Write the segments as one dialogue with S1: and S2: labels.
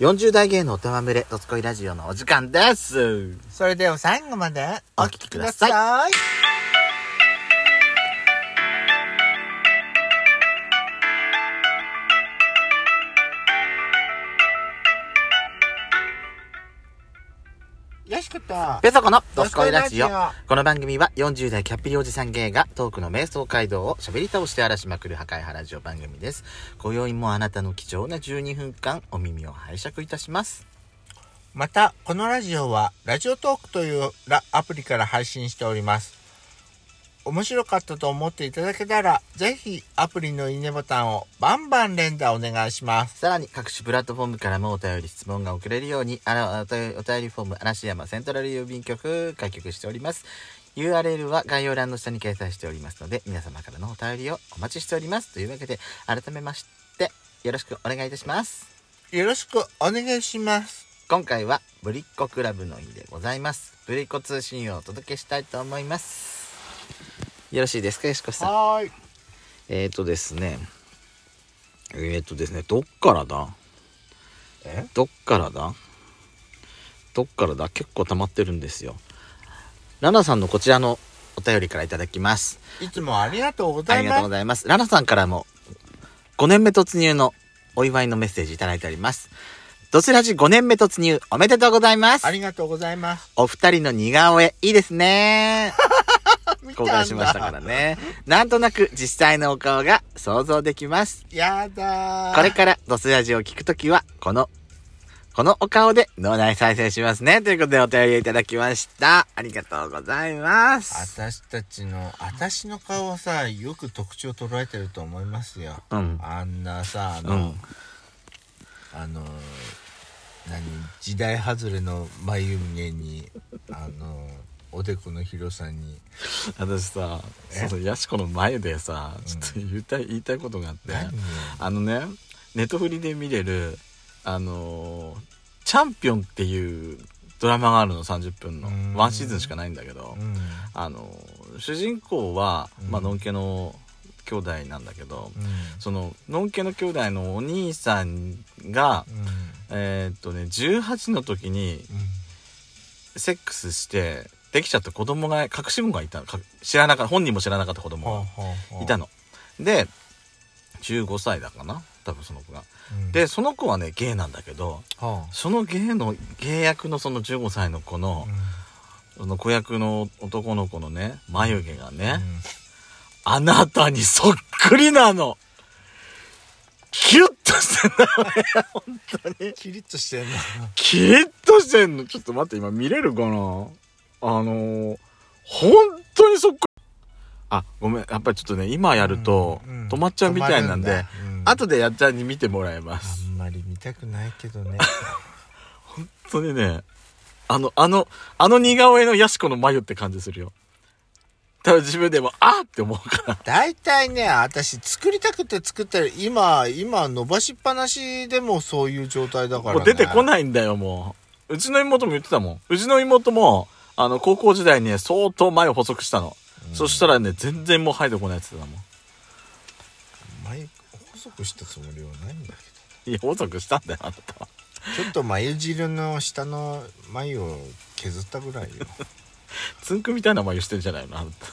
S1: 40代芸能おたまむれ、どつこいラジオのお時間です。
S2: それでは最後までお聞きくだ
S1: お
S2: さい。よしこと。
S1: ペソコのどすこいラジオ
S2: どすこいラジ。
S1: この番組は40代キャッピリおじさん芸がトークの瞑想街道を喋り倒して荒らしまくる破壊派ラジオ番組です。今宵もあなたの貴重な12分間お耳を拝借いたします。
S2: また、このラジオは、ラジオトークというラアプリから配信しております。面白かったと思っていただけたら、ぜひアプリのいいねボタンをバンバン連打お願いします。
S1: さらに各種プラットフォームからもお便り質問が送れるようにあらお便りお便りフォーム嵐山セントラル郵便局開局しております URL は概要欄の下に掲載しておりますので皆様からのお便りをお待ちしておりますというわけで改めましてよろしくお願いいたします
S2: よろしくお願いします。
S1: 今回はぶりっ子クラブの日でございますぶりっ子通信をお届けしたいと思いますよろしいですかよしこさん
S2: はーい。
S1: えっ、ー、とですねえっ、ー、とですねどっからだ
S2: え
S1: どっからだどっからだ結構溜まってるんですよラナさんのこちらのお便りからいただきます
S2: いつもありがとうご
S1: あ
S2: ざい
S1: りがとうご
S2: ます。
S1: ざいますラナさんからも5年目突入のお祝いのメッセージいただいておりますどちらじ5年目突入おめでとうございます
S2: ありがとうございます。
S1: お二人の似顔絵、いいです ね。公開しましたか
S2: 見
S1: らね。なんとなく実際のお顔が想像できます。
S2: たんだ。やだー。
S1: これからドスラジを聞くときは、この、このお顔で脳内再生しますね。ということでお便りをいただきました。ありがとうございます。
S2: 私たちの、私の顔はさ、よく特徴捉えてると思いますよ。
S1: うん。
S2: あんなさ、あ
S1: う
S2: の、
S1: ん。
S2: あの、何、時代外れの眉毛に、あの、おでこの広さに。
S1: 私さ、
S2: え
S1: そう、ヤシコの眉でさ、ちょっと言いたい、言いたいことがあって、あのね、ネットフリで見れる、あのーチャンピオンっていうドラマがあるの、30分
S2: うーん
S1: の。ワンシーズンしかないんだけど
S2: う、ん。
S1: あのー主人公は、まあ、
S2: うん
S1: のんけの兄弟なんだけど、
S2: うん。
S1: その、のんけの兄弟のお兄さんが
S2: う、ん。
S1: えーっとね、18の時にセックスして、できちゃった子供が、隠し子がいたの。か知らなかった、本人も知らなかった子
S2: ほう
S1: 供
S2: ほうほ
S1: が
S2: う。
S1: いたの。で、15歳だかな多分その子が。
S2: うん、
S1: でその子はねゲイなんだけど
S2: ほ
S1: そのゲイの芸役のその15歳の子
S2: う、
S1: の,、その子役の男の子のね眉毛が
S2: うん
S1: ね、あなたにそっくりなのキュッとしてんの
S2: うんキリッとしてる
S1: キリッとしてんのちょっと待って今見れるかなあのー、本当にそっくりあごめんやっぱりちょっとね今やると
S2: うんうん
S1: 止まっちゃうみたいなんで、
S2: 止まるんだうん
S1: 後でやっちゃんに見てもらいます
S2: あんまり見たくないけどね。
S1: 本当にね、あの、あの、あの似顔絵のヤシコの眉って感じするよ。多分自分でも、あーって思うから。
S2: 大体ね、私作りたくて作ってる。今、今伸ばしっぱなしでもそういう状態だから、ね。
S1: もう出てこ
S2: い。
S1: ないんだよ、もう。うちの妹も言ってたもん。うちの妹も、あの、高校時代にね、相当眉細くしたの。そしたらね、全然もう生えてこないやつだもん。
S2: 眉、細くしたつもりはないんだ
S1: いや、細くしたんだよ、あなたは。
S2: けど。ちょっと眉汁の下の眉を削ったぐらいよ。
S1: つんくみたいな眉してんじゃないの、あなた。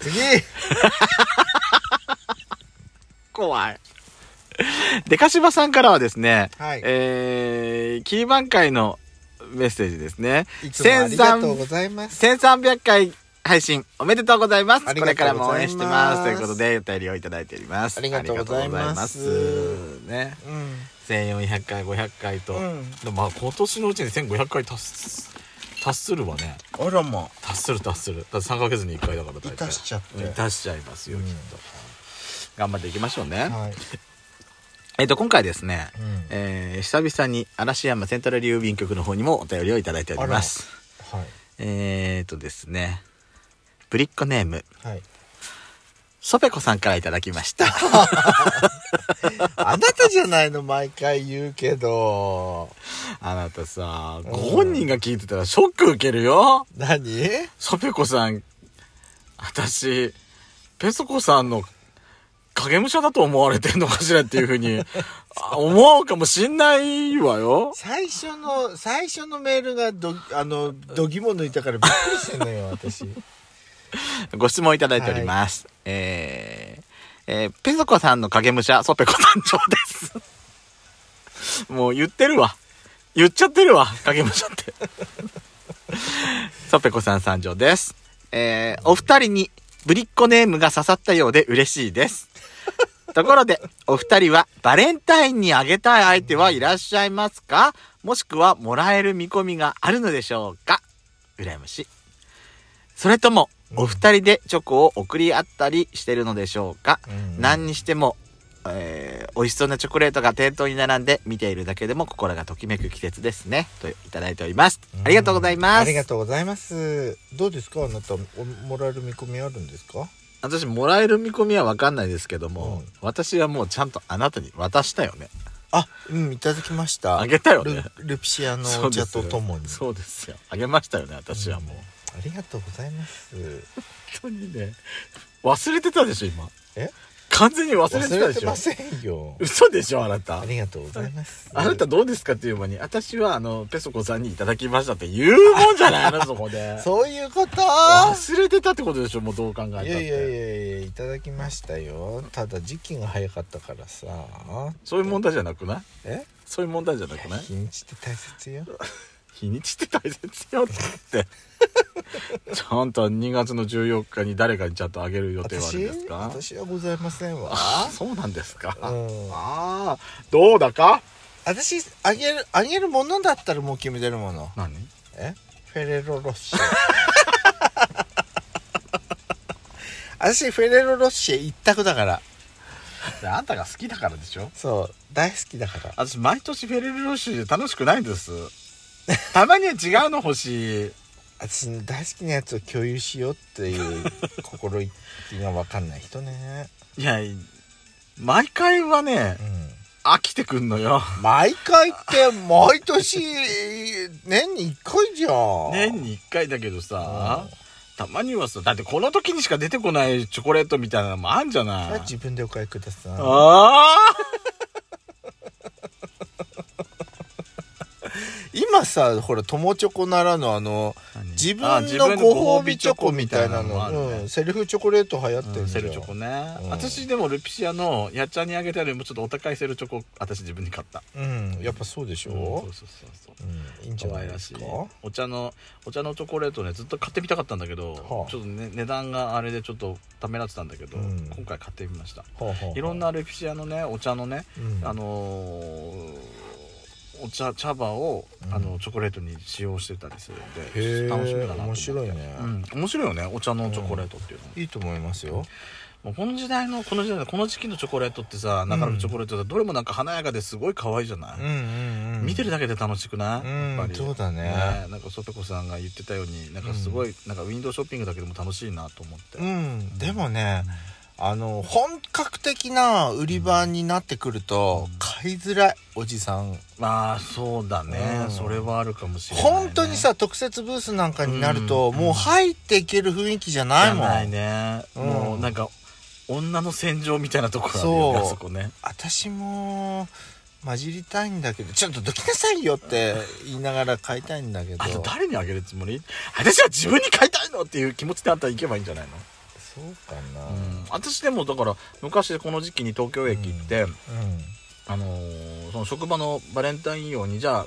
S2: 次
S1: 怖い。でかしばさんからはですね、
S2: はい
S1: えー、キーバン会のメッセージですね。
S2: いつもありがとうございます。
S1: 1300回配信おめでとうございます。
S2: あり
S1: これ
S2: がとうご
S1: か
S2: ざ
S1: ら
S2: います
S1: も応援してます。ということで、お便りをいただいております。
S2: ありがとうございま
S1: あ
S2: す
S1: りがとうございますね。
S2: うん。
S1: 1400回、500回と。
S2: うん
S1: でもまあ今年のうちに1500回達す、達するわね。
S2: あらま。
S1: 達する達する。だって3ヶ月に1回だから大体。
S2: いたしちゃって
S1: うんいたしちゃいますよ、
S2: うん
S1: きっと。頑張っていきましょうね。
S2: はい。
S1: えっと、今回ですね、
S2: うん
S1: えー久々に嵐山セントラル郵便局の方にもお便りをいただいております。
S2: はい。
S1: えーとですね、ぶりっ子ネーム、
S2: はい。
S1: ソペコさんからいただきました。
S2: あなたじゃないの、毎回言うけど。
S1: あなたさ、
S2: うん
S1: ご本人が聞いてたらショック受けるよ。
S2: 何
S1: ソペコさん、私、ペソコさんの影武者だと思われてんのかしらっていうふうに、 あ思うかもしんないわよ。
S2: 最初の、最初のメールがど、あの、どぎも抜いたからびっくりしてんのよ、私。
S1: ご質問いただいております。えー、えーペソコさんの影武者、ソペコ誕生です。 もう言ってるわ。言っちゃってるわ、影武者って。 ソペコさん参上です。えーお二人にぶりっ子ネームが刺さったようで嬉しいです。ところで、お二人はバレンタインにあげたい相手はいらっしゃいますかもしくはもらえる見込みがあるのでしょうか羨ましい。それとも、お二人でチョコを送り合ったりしてるのでしょうか、
S2: うん
S1: 何にしても、えー美味しそうなチョコレートが店頭に並んで見ているだけでも心がときめく季節ですね。といただいております。ありがとうございます。
S2: ありがとうございます。どうですか、あなた、おもらえる見込みあるんですか。
S1: 私もらえる見込みは分かんないですけども、
S2: うん
S1: 私はもうちゃんとあなたに渡したよね
S2: あ、うん、いただきました。
S1: あげたよね
S2: ルルピシアの
S1: そう
S2: お
S1: で
S2: 茶
S1: すよ
S2: とともに。
S1: そうですよあげましたよね私はもう、
S2: んありがとうございます。
S1: 本当にね忘れてたでしょ今
S2: え、
S1: 完全に忘れて
S2: 忘
S1: た
S2: れ
S1: で
S2: て
S1: しょ
S2: ませんよ。
S1: 嘘でしょあなた
S2: ありがとうございます。
S1: あなたどうですかっていう間に私はあのペソコさんにいただきましたって言うもんじゃ ないあなたそこで
S2: そういうこと。
S1: 忘れてたってことでしょもうどう考えたっ
S2: い
S1: て
S2: やいやいやいや、いただきましたよ。ただ時期が早かったからさ。
S1: そういう問題じゃなくない
S2: え、
S1: そういう問題じゃなくない
S2: 日にちって大切よ。
S1: 日にちって大切よ ってちゃんと2月の14日に誰かにちゃんとあげる予定はあるん
S2: 私
S1: ですか
S2: 私はございませんわ。
S1: あそうなんですか、
S2: うん
S1: ああどうだか
S2: 私あげるあげるものだったらもう決めてるもの
S1: 何
S2: えフェレロロ ッシェ私フェレロロッシェ一択だから
S1: あんたが好きだからでしょ
S2: そう大好きだから
S1: 私毎年フェレルロッシュ楽しくないんですたまには違うの欲しい
S2: 私の大好きなやつを共有しようっていう心意気が分かんない人ね
S1: いや毎回はね
S2: うん
S1: 飽きてくんのよ
S2: 毎回って毎年年に1回じゃん
S1: 年に1回だけどさたまにはさだってこの時にしか出てこないチョコレートみたいなのもあんじゃ
S2: そ
S1: な
S2: れ
S1: い
S2: は自分でお買いください
S1: あ
S2: 今さほら友チョコならぬあの
S1: あ
S2: 自分のご褒美チョコみたいなのうん、セルフチョコレート流行ってるん
S1: セ
S2: じゃん
S1: ルチョコね、
S2: うん
S1: 私でもルピシアのやっちゃんにあげたよりもちょっとお高いセルチョコ私自分に買った
S2: うんやっぱそうでし
S1: うん
S2: ょ
S1: そう、そうそうそう
S2: うん、いいんじゃ
S1: 可
S2: ない
S1: 愛
S2: で
S1: ら
S2: す
S1: しい
S2: か
S1: お茶のお茶のチョコレートねずっと買ってみたかったんだけど、
S2: はあ
S1: ちょっと、ね、値段があれでちょっとためらってたんだけど、
S2: うん
S1: 今回買ってみました
S2: ほうほうほう
S1: いろん、なルピシアのねお茶のね、
S2: うん
S1: あのーお茶茶葉を、
S2: うん
S1: あのチョコレートに使用してたりするんで
S2: へえ
S1: 楽しみだなと思
S2: 面
S1: って
S2: 白いね、
S1: うん、面白いよねお茶のチョコレートっていうの、
S2: いいと思いますよ
S1: もうこの時代のこの時代のこの時期のチョコレートってさ中のチョコレートってどれもなんか華やかですごい可愛いじゃない、
S2: うんうんうん
S1: 見てるだけで楽しくない、
S2: うん
S1: やっぱり
S2: そうだね
S1: なんかソペコさんが言ってたようになんかすごい、なんかウィンドウショッピングだけでも楽しいなと思って、
S2: うんでもねあの本格的な売り場になってくると、買いづらいおじさん
S1: まあそうだね、
S2: うん
S1: それはあるかもしれない、ね、
S2: 本当にさ特設ブースなんかになると、
S1: うん
S2: もう入っていける雰囲気じゃ
S1: じ
S2: ない
S1: ゃ
S2: もん
S1: ないね、
S2: うん
S1: もうなんか女の戦場みたいなところあるよね
S2: そう
S1: あそこね
S2: 私も混じりたいんだけどちょっとどきなさい よって言いながら買いたいんだけど
S1: あ
S2: そ
S1: と
S2: う
S1: 誰にあげるつもり私は自分に買いたいのっていう気持ちであんた行けばいいんじゃないの
S2: かな
S1: うん私でもだから昔この時期に東京駅行って、
S2: う
S1: あのーその職場のバレンタイン用にじゃあ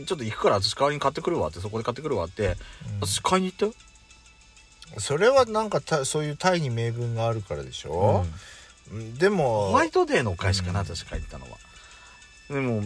S1: いちょっと行くから私代わりに買ってくるわってそこで買ってくるわって、
S2: ん、
S1: 私買いに行ったよ、
S2: それはなんかたそういうタイに名分があるからでしょ、うんで
S1: ホ
S2: も
S1: ワイトデーのお返しかな、
S2: うん
S1: 私買いに行ったのはでも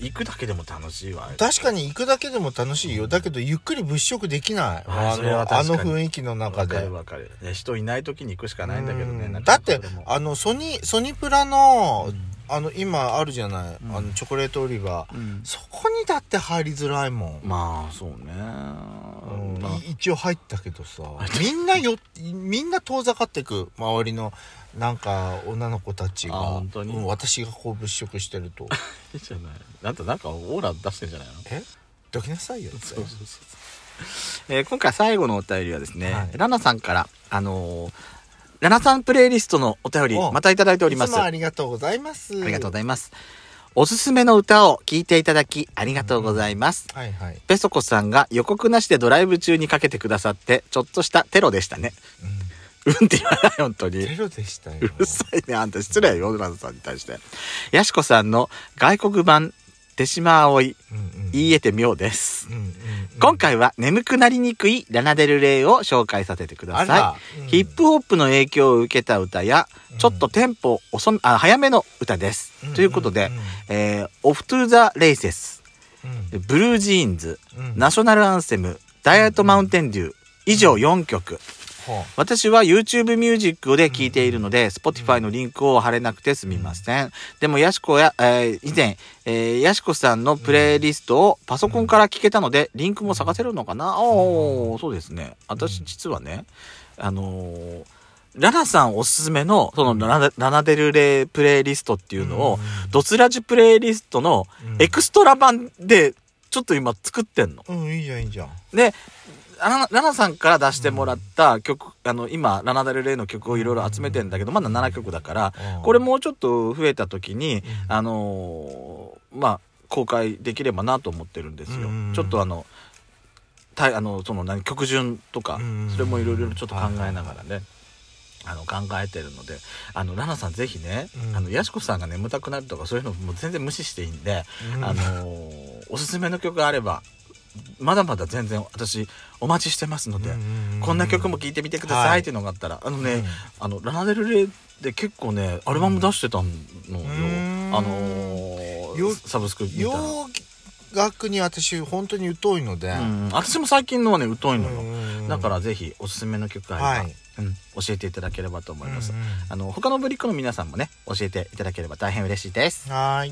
S1: 行くだけでも楽しいわ
S2: 確かに行くだけでも楽しいよだけどゆっくり物色できない、
S1: はい
S2: あ
S1: それは
S2: のあ
S1: 確か
S2: の
S1: に
S2: 雰囲気の中
S1: わ
S2: で
S1: かるわかるいや人いない時に行くしかないんだけどね、
S2: うん
S1: な
S2: だ
S1: か
S2: っ
S1: な
S2: て
S1: かそれも
S2: あのソニソニプラの、
S1: うん
S2: あの今あるじゃない、
S1: うん
S2: あのチョコレート売り場、
S1: うん
S2: そこにだって入りづらいもん、
S1: まあそうね、
S2: うん
S1: まあ
S2: い一応入ったけどさ
S1: 入った
S2: みんなよみんな遠ざかってく周りのなんか女の子たちが
S1: あ本当に
S2: うん私がこう物色してる と
S1: いいじゃないあんたなんかオーラ出してんじゃないの
S2: えどきなさいよって
S1: そうそうそう。えー今回最後のお便りはですね、
S2: はい
S1: ラナさんから、あのーラナさんプレイリストのお便り、
S2: お
S1: またいただいておりま
S2: い
S1: す。
S2: つもあ
S1: あ
S2: りがとうございます。
S1: りがとうございます。おすすめの歌を聴いていただき、ありがとうございます。
S2: はいはい。
S1: ペソコさんが予告なしでドライブ中にかけてくださって、ちょっとしたテロでしたね。うんって言わない、本当に
S2: ゼ。ロでしたよ。
S1: うるさいね、あんた失礼よ、ラナさんに対して。ヤシコさんの外国版、手島葵、
S2: うんうん
S1: 言い得て妙です。
S2: うんうんうん
S1: 今回は眠くなりにくいラナデルレイを紹介させてくだ
S2: あ
S1: さ
S2: ら
S1: い、
S2: うん
S1: ヒップホップの影響を受けた歌や
S2: うん
S1: ちょっとテンポ遅めあ早めの歌です、
S2: うん
S1: ということで、
S2: うん
S1: えーオフトゥーザレイセスブルージーンズ、
S2: うんうん
S1: ナショナルアンセムダイエットマウンテンデュー以上4曲
S2: ほう
S1: 私は YouTube ミュージックで聴いているので、Spotify のリンクを貼れなくてすみません。でも、やしこや、えー以前、えー、やしこさんのプレイリストをパソコンから聞けたので、リンクも探せるのかな、おーそうですね。私、実はね、あのーラナさんおすすめの、そのラナ、ラナデルレイプレイリストっていうのを、
S2: うん
S1: ドツラジプレイリストの
S2: うん
S1: エクストラ版で、ちょっと今作ってんの。
S2: うん、いいじゃん、いいじゃん。
S1: でラナラナさんから出してもらった曲、あの今ラナダルレイの曲をいろいろ集めてんだけどまだ7曲だから、
S2: うん
S1: これもうちょっと増えた時に、
S2: ん
S1: あのーまあ公開できればなと思ってるんですよ、
S2: うん
S1: ちょっとあのたあのその何曲順とか、
S2: うん
S1: それもいろいろちょっと考えながらね、あの考えてるのであのラナさんぜひね、
S2: うん
S1: あのやしこさんが眠たくなるとかそういうのもう全然無視していいんで、
S2: うん
S1: あのーおすすめの曲があればまだまだ全然私お待ちしてますので、
S2: うんうんうん
S1: こんな曲も聴いてみてくださ
S2: はいい
S1: っていうのがあったら、あのね、
S2: うん
S1: あのラナデルレイで結構ねアルバム出してたのよ、
S2: ん
S1: あのー
S2: よ
S1: サブスク見たら、
S2: 洋楽に私、本当に疎いので。
S1: うん、私も最近のはね疎いのよ、
S2: うん
S1: だからぜひおすすめの曲あれば、
S2: はい
S1: うん、教えていただければと思います、
S2: うんうん
S1: あの他のブリックの皆さんもね教えていただければ大変嬉しいです
S2: はーい。